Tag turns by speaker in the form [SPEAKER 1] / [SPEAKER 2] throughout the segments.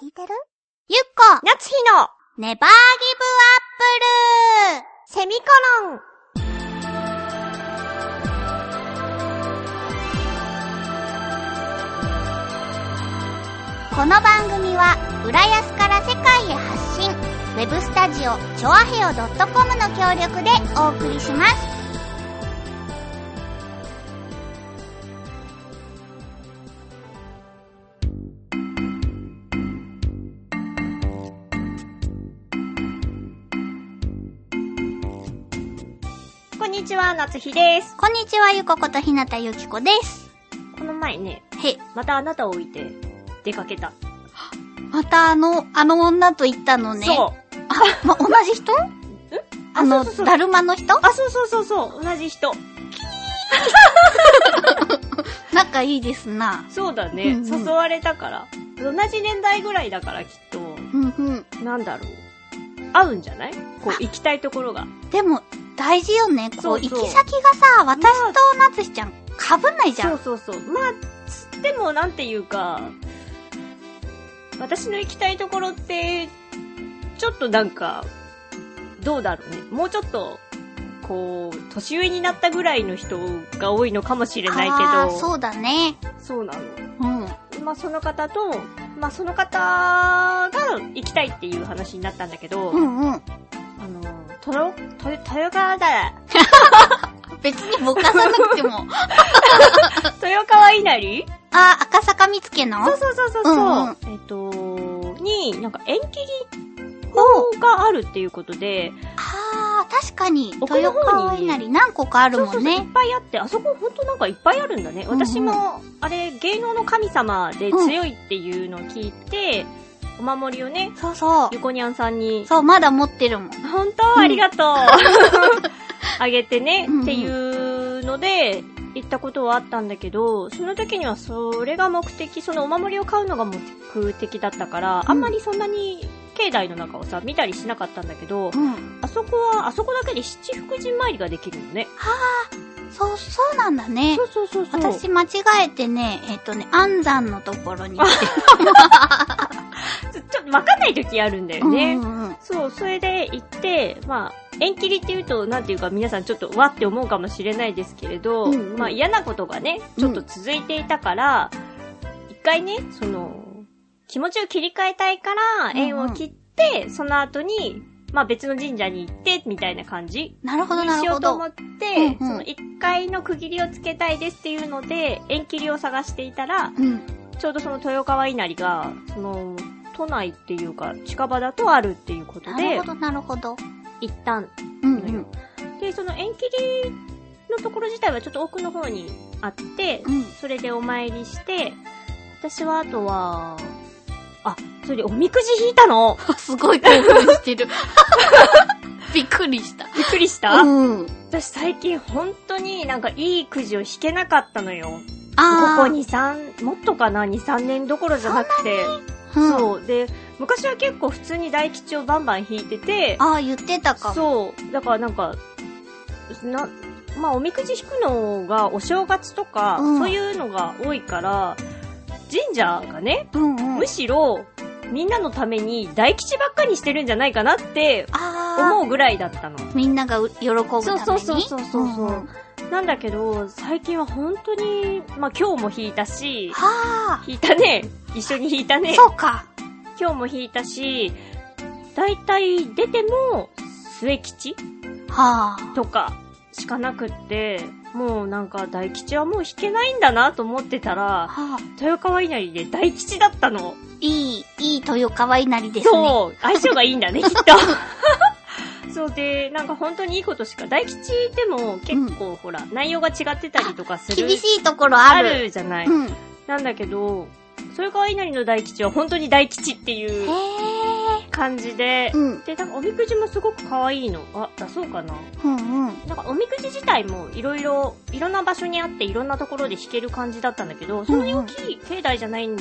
[SPEAKER 1] 聞いてるゆっこ
[SPEAKER 2] 夏日の
[SPEAKER 1] ネバーギブアップル
[SPEAKER 2] セミコロン
[SPEAKER 1] この番組は浦安から世界へ発信ウェブスタジオチョアヘオ .com の協力でお送りします
[SPEAKER 2] こんにちは、夏日です。
[SPEAKER 1] こんにちはゆこことひなたゆきこです
[SPEAKER 2] この前ね、
[SPEAKER 1] へ
[SPEAKER 2] またあなたを置いて出かけた。
[SPEAKER 1] またあのあの女と言ったのね
[SPEAKER 2] そ
[SPEAKER 1] う、
[SPEAKER 2] う。
[SPEAKER 1] ま、同じ人あの
[SPEAKER 2] そうそうそう
[SPEAKER 1] だるまの人
[SPEAKER 2] あ、そうそうそうそう、同じ人。
[SPEAKER 1] 仲いいですな
[SPEAKER 2] そうだね、
[SPEAKER 1] うんうん
[SPEAKER 2] 誘われたから。同じ年代ぐらいだからきっと、
[SPEAKER 1] うんうん
[SPEAKER 2] なんだろう。合うんじゃないこう、行きたいところが。
[SPEAKER 1] でも大事よねこう
[SPEAKER 2] そうそう
[SPEAKER 1] 行き先がさ私と夏日ちゃんかぶんないじゃん
[SPEAKER 2] そうそうそう。まあ、つってもなんていうか、私の行きたいところって、ちょっとなんか、どうだろうね。もうちょっと、こう、年上になったぐらいの人が多いのかもしれないけ
[SPEAKER 1] あー
[SPEAKER 2] ど、
[SPEAKER 1] そうだね
[SPEAKER 2] そうなの。
[SPEAKER 1] うん
[SPEAKER 2] まあ、その方と、まあ、その方が行きたいっていう話になったんだけど、
[SPEAKER 1] うんうん
[SPEAKER 2] あの、とろ、と、豊川だ。
[SPEAKER 1] 別にぼかさなくて も。
[SPEAKER 2] 豊川稲荷
[SPEAKER 1] あ、赤坂見つけの
[SPEAKER 2] そうそうそうそうそう。
[SPEAKER 1] うんうん
[SPEAKER 2] えっ、と、に、なんか延期法があるっていうことで、
[SPEAKER 1] あー、確かに、
[SPEAKER 2] 奥の
[SPEAKER 1] 豊
[SPEAKER 2] 方に
[SPEAKER 1] 川稲荷何個かある
[SPEAKER 2] そう
[SPEAKER 1] も
[SPEAKER 2] そうんそういっ
[SPEAKER 1] ね。
[SPEAKER 2] ぱいあって、あそこほんとなんかいっぱいあるんだね。
[SPEAKER 1] んうん
[SPEAKER 2] 私も、あれ、芸能の神様で強いっていうのを聞いて、お守りをね、
[SPEAKER 1] そうそ
[SPEAKER 2] ゆこにゃんさんに
[SPEAKER 1] う。、そう、まだ持ってるもん。
[SPEAKER 2] 本当ありがと うあげてね
[SPEAKER 1] うんうん、
[SPEAKER 2] っていうので、行ったことはあったんだけど、その時にはそれが目的、そのお守りを買うのが目的だったから、
[SPEAKER 1] ん
[SPEAKER 2] あんまりそんなに境内の中をさ、見たりしなかったんだけど、
[SPEAKER 1] うん。
[SPEAKER 2] あそこは、あそこだけで七福神参りができるのね。
[SPEAKER 1] そう、そうなんだね
[SPEAKER 2] そ。うそうそうそう。
[SPEAKER 1] 私間違えてね、えっとね、安山のところに行って
[SPEAKER 2] ちょちょっとわかんない時あるんだよね。
[SPEAKER 1] うんうんうん
[SPEAKER 2] そう、それで行って、まあ、縁切りっていうと、なんていうか皆さんちょっとわって思うかもしれないですけれど、
[SPEAKER 1] うんうん
[SPEAKER 2] まあ嫌なことがね、ちょっと続いていたから、一回ね、その、気持ちを切り替えたいから、
[SPEAKER 1] うんうん
[SPEAKER 2] 縁を切って、その後に、まあ別の神社に行って、みたいな感じ
[SPEAKER 1] なるほど、
[SPEAKER 2] に
[SPEAKER 1] な
[SPEAKER 2] し
[SPEAKER 1] る
[SPEAKER 2] よ
[SPEAKER 1] ほ
[SPEAKER 2] うと思
[SPEAKER 1] ど
[SPEAKER 2] っ。て、
[SPEAKER 1] うんうん
[SPEAKER 2] その一回の区切りをつけたいですっていうので、縁切りを探していたら、
[SPEAKER 1] うん。
[SPEAKER 2] ちょうどその豊川稲荷が、その、都内っていうか、近場だとあるっていうこと
[SPEAKER 1] なる
[SPEAKER 2] で
[SPEAKER 1] ほ、ど、なるほど。
[SPEAKER 2] 行ったん
[SPEAKER 1] うん
[SPEAKER 2] の
[SPEAKER 1] う
[SPEAKER 2] よ
[SPEAKER 1] ん。。
[SPEAKER 2] で、その縁切りのところ自体はちょっと奥の方にあって
[SPEAKER 1] う、ん。
[SPEAKER 2] それでお参りして、私はあとは、あ、それでおみくじ引い たの
[SPEAKER 1] すごい興奮して る。びっくりした。
[SPEAKER 2] びっくりした、
[SPEAKER 1] うん。
[SPEAKER 2] 私最近本当になんかいいくじを引けなかったのよ。
[SPEAKER 1] あー。
[SPEAKER 2] ここに3、もっとかな ?2、3年どころじゃなくて。
[SPEAKER 1] うん
[SPEAKER 2] そう。で、昔は結構普通に大吉をバンバン引いてて、
[SPEAKER 1] あー、言ってたかも。
[SPEAKER 2] そう。だからなんか、な、まあおみくじ引くのがお正月とか、
[SPEAKER 1] うん
[SPEAKER 2] そういうのが多いから、神社がね、
[SPEAKER 1] うんうん
[SPEAKER 2] む。しろ、みんなのために大吉ばっかりしてるんじゃないかなって
[SPEAKER 1] あー。
[SPEAKER 2] 思うぐらいだったの。
[SPEAKER 1] みんながう喜ぶために。
[SPEAKER 2] そうそうそうそうそう。
[SPEAKER 1] んん
[SPEAKER 2] なんだけど、最近は本当に、まあ今日も引いたし、
[SPEAKER 1] はあ、
[SPEAKER 2] 引いたね。一緒に引いたね。
[SPEAKER 1] そうか。
[SPEAKER 2] 今日も引いたし、だいたい出ても末吉
[SPEAKER 1] はあ。
[SPEAKER 2] とかしかなくって、もうなんか大吉はもう引けないんだなと思ってたら、
[SPEAKER 1] はあ、
[SPEAKER 2] 豊川稲荷で大吉だったの。
[SPEAKER 1] いい、いい豊川稲荷ですね。
[SPEAKER 2] そう、相性がいい んだね、きっと。 そうで、なんか本当にいいことしか、大吉でも結構ほら、内容が違ってたりとかする。
[SPEAKER 1] 厳しいところあ
[SPEAKER 2] あ
[SPEAKER 1] る。
[SPEAKER 2] るじゃない。
[SPEAKER 1] うん。へ
[SPEAKER 2] なんだけど、豊川稲荷の大吉は本当に大吉って
[SPEAKER 1] え
[SPEAKER 2] いう。感じで、
[SPEAKER 1] うん。
[SPEAKER 2] で、なんかおみくじもすごく可愛いの。あ、出そうかな。
[SPEAKER 1] うんうん。
[SPEAKER 2] なんかおみくじ自体もいろいろ、いろんな場所にあっていろんなところで弾ける感じだったんだけど、そんなに大きい境内じゃないん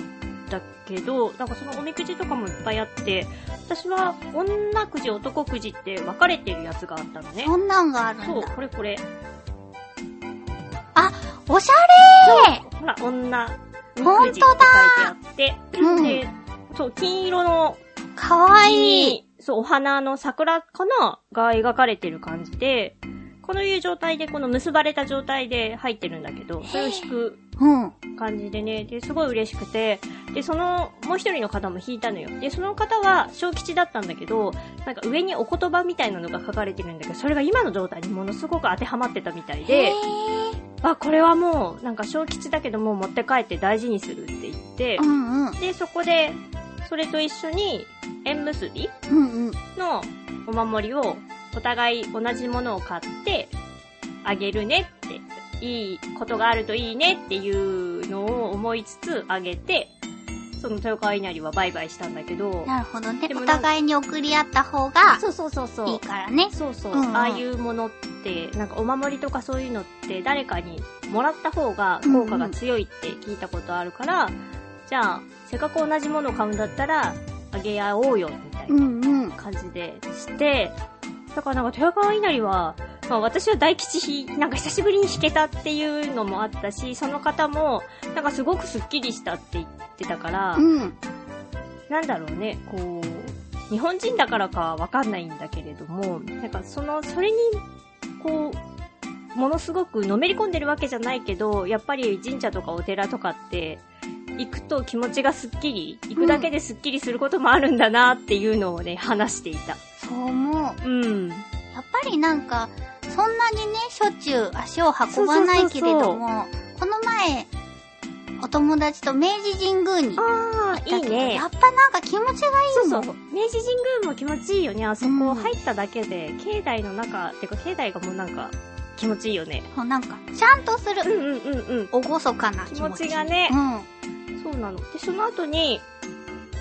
[SPEAKER 2] だけど、なんかそのおみくじとかもいっぱいあって、私は女くじ、男くじって分かれてるやつがあったのね。
[SPEAKER 1] そんなんがあるん
[SPEAKER 2] そう、
[SPEAKER 1] だ。
[SPEAKER 2] これこれ。
[SPEAKER 1] おしゃれ
[SPEAKER 2] ほら、女、
[SPEAKER 1] ほ
[SPEAKER 2] く
[SPEAKER 1] ん
[SPEAKER 2] じ
[SPEAKER 1] と
[SPEAKER 2] って書いてあって、
[SPEAKER 1] うん
[SPEAKER 2] で、そう、金色の、
[SPEAKER 1] かわいい。
[SPEAKER 2] に、そう、お花の桜かなが描かれてる感じで、このいう状態で、この結ばれた状態で入ってるんだけど、それを弾く
[SPEAKER 1] うん。
[SPEAKER 2] 感じでね、で、すごい嬉しくて、で、その、もう一人の方も弾いたのよ。で、その方は小吉だったんだけど、なんか上にお言葉みたいなのが書かれてるんだけど、それが今の状態にものすごく当てはまってたみたい
[SPEAKER 1] へ
[SPEAKER 2] で、あ、これはもう、なんか小吉だけどもう持って帰って大事にするって言って
[SPEAKER 1] ー、うんうん。
[SPEAKER 2] で、そこで、それと一緒に、縁結び
[SPEAKER 1] うんうん。
[SPEAKER 2] のお守りをお互い同じものを買ってあげるねって、いいことがあるといいねっていうのを思いつつあげて、その豊川稲荷はバイバイしたんだけど、
[SPEAKER 1] なるほどね
[SPEAKER 2] で。も
[SPEAKER 1] お
[SPEAKER 2] なんか
[SPEAKER 1] 互いに送り合った方が
[SPEAKER 2] そうそうそうそう。
[SPEAKER 1] いいからね。
[SPEAKER 2] そうそう、
[SPEAKER 1] うんうん
[SPEAKER 2] ああいうものって、なんかお守りとかそういうのって誰かにもらった方が効果が強いって聞いたことあるから、じゃあ、せっかく同じものを買うんだったら、あげ合おうよ、みたいな。
[SPEAKER 1] うんうん。
[SPEAKER 2] 感じでして、だからなんか豊川稲荷は、まあ私は大吉ひ、なんか久しぶりに弾けたっていうのもあったし、その方も、なんかすごくスッキリしたって言ってたから、
[SPEAKER 1] うん。
[SPEAKER 2] なんだろうね、こう、日本人だからかわかんないんだけれども、なんかその、それに、こう、ものすごくのめり込んでるわけじゃないけど、やっぱり神社とかお寺とかって、行くと気持ちがスッキリ、行くだけでスッキリすることもあるんだなっていうのをね、話していた。
[SPEAKER 1] そう思う。やっ
[SPEAKER 2] うん。
[SPEAKER 1] ぱりなんか、そんなにね、しょっちゅう足を運ばないけれども、この前、お友達と明治神宮に行っ
[SPEAKER 2] ああ、
[SPEAKER 1] た
[SPEAKER 2] いい
[SPEAKER 1] けど、
[SPEAKER 2] ね
[SPEAKER 1] や。っぱなんか気持ちがいい
[SPEAKER 2] そ
[SPEAKER 1] も。
[SPEAKER 2] うんそう。明治神宮も気持ちいいよね。あそこ入っただけで、境内の中、てか境内がもうなんか気持ちいいよね。
[SPEAKER 1] そうなんか、ちゃんとす
[SPEAKER 2] うん
[SPEAKER 1] る、
[SPEAKER 2] うんうんうん。
[SPEAKER 1] おごそかな気持ち。
[SPEAKER 2] 気持ちがね
[SPEAKER 1] うん。
[SPEAKER 2] そうなの。で、その後に、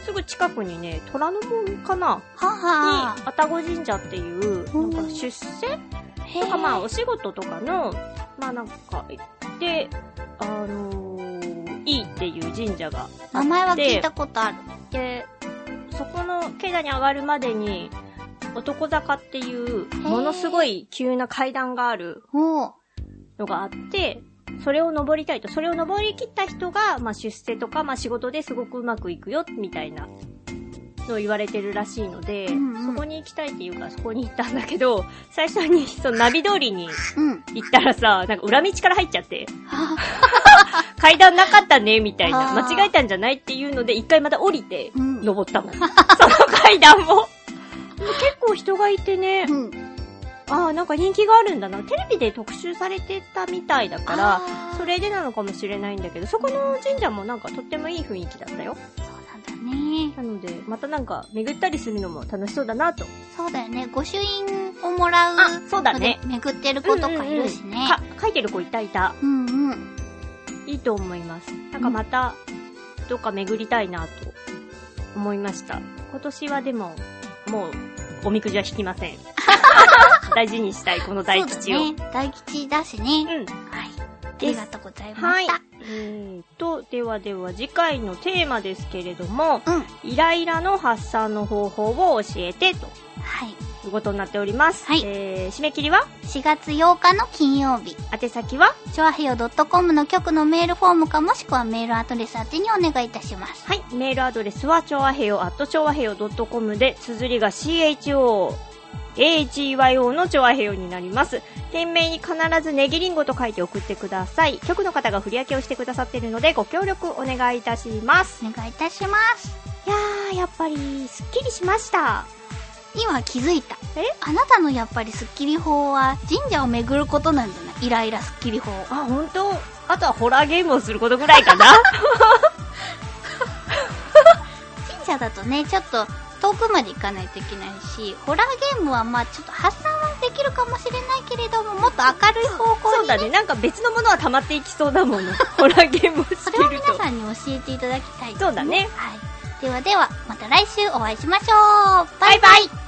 [SPEAKER 2] すぐ近くにね、虎ノ門かな
[SPEAKER 1] 母
[SPEAKER 2] に、愛宕神社っていう、
[SPEAKER 1] う
[SPEAKER 2] なんんか出世
[SPEAKER 1] へ
[SPEAKER 2] と
[SPEAKER 1] ー
[SPEAKER 2] か、まあお仕事とかの、まあなんか、で、あのー、いいっていう神社があって。
[SPEAKER 1] 名前は聞いたことある。
[SPEAKER 2] で、そこの境内に上がるまでに、男坂っていう、
[SPEAKER 1] ー
[SPEAKER 2] ものすごい急な階段がある
[SPEAKER 1] おう。
[SPEAKER 2] のがあって、それを登りたいと。それを登り切った人が、まあ、出世とか、まあ、仕事ですごくうまくいくよ、みたいなのを言われてるらしいので、
[SPEAKER 1] うんうん
[SPEAKER 2] そこに行きたいっていうから、そこに行ったんだけど、 最初に、そのナビ通りに
[SPEAKER 1] うん。
[SPEAKER 2] 行ったらさ、なんか裏道から入っちゃって、階段なかったね、みたいな。
[SPEAKER 1] あー
[SPEAKER 2] 間違えたんじゃないっていうので、一回また降りて、
[SPEAKER 1] うん。
[SPEAKER 2] 登った の。その階段も。結構人がいてね、
[SPEAKER 1] うん。
[SPEAKER 2] ああ、なんか人気があるんだな。テレビで特集されてたみたいだから、
[SPEAKER 1] あー
[SPEAKER 2] それでなのかもしれないんだけど、そこの神社もなんかとってもいい雰囲気だったよ。
[SPEAKER 1] そうなんだね。
[SPEAKER 2] なので、またなんか巡ったりするのも楽しそうだなと。
[SPEAKER 1] そうだよね。御朱印をもらう。
[SPEAKER 2] あそうだね。
[SPEAKER 1] 巡ってる子とかいるしね。
[SPEAKER 2] か、書いてる子いたいた。
[SPEAKER 1] うんうん。
[SPEAKER 2] いいと思います。なんかまた、どっか巡りたいなと思いました。今年はでも、もう、おみくじは引きません。大事にしたい、この大吉を。
[SPEAKER 1] そうだね。大吉だしね。
[SPEAKER 2] うん。
[SPEAKER 1] はい。あ
[SPEAKER 2] で
[SPEAKER 1] り
[SPEAKER 2] す
[SPEAKER 1] がとうございま
[SPEAKER 2] はい
[SPEAKER 1] した。。
[SPEAKER 2] えーと、ではでは次回のテーマですけれども、
[SPEAKER 1] うん。
[SPEAKER 2] イライラの発散の方法を教えてと
[SPEAKER 1] はい。
[SPEAKER 2] いうことになっております。
[SPEAKER 1] はい
[SPEAKER 2] えー、締め切りは
[SPEAKER 1] 4月8日の金曜日、
[SPEAKER 2] 宛先は
[SPEAKER 1] チョアヘヨ .com の局のメールフォームかもしくはメールアドレス宛てにお願いいたします。
[SPEAKER 2] はい。メールアドレスは、ちょわへよ、アットちょわへよ .com で、綴りが CHO、AGYO のちょわへよになります。件名に必ずネギリンゴと書いて送ってください。局の方が振り分けをしてくださっているので、ご協力お願いいたします。
[SPEAKER 1] お願いいたします。
[SPEAKER 2] いやー、やっぱり、すっきりしました。
[SPEAKER 1] 今気づいた。
[SPEAKER 2] え
[SPEAKER 1] あなたのやっぱりスッキリ法は神社を巡ることなんじゃないイライラスッキリ法。
[SPEAKER 2] あ、本当あとはホラーゲームをすることぐらいかな
[SPEAKER 1] 神社だとね、ちょっと遠くまで行かないといけないし、ホラーゲームはまあちょっと発散はできるかもしれないけれども、もっと明るい方向
[SPEAKER 2] そう
[SPEAKER 1] にね、
[SPEAKER 2] だね。なんか別のものは溜まっていきそうだ もの。ホラーゲームをして
[SPEAKER 1] それを
[SPEAKER 2] る
[SPEAKER 1] 皆
[SPEAKER 2] と。
[SPEAKER 1] さんに教えていただきたいです、
[SPEAKER 2] そうだね
[SPEAKER 1] はい。ではでは、また来週お会いしましょう。バイバイ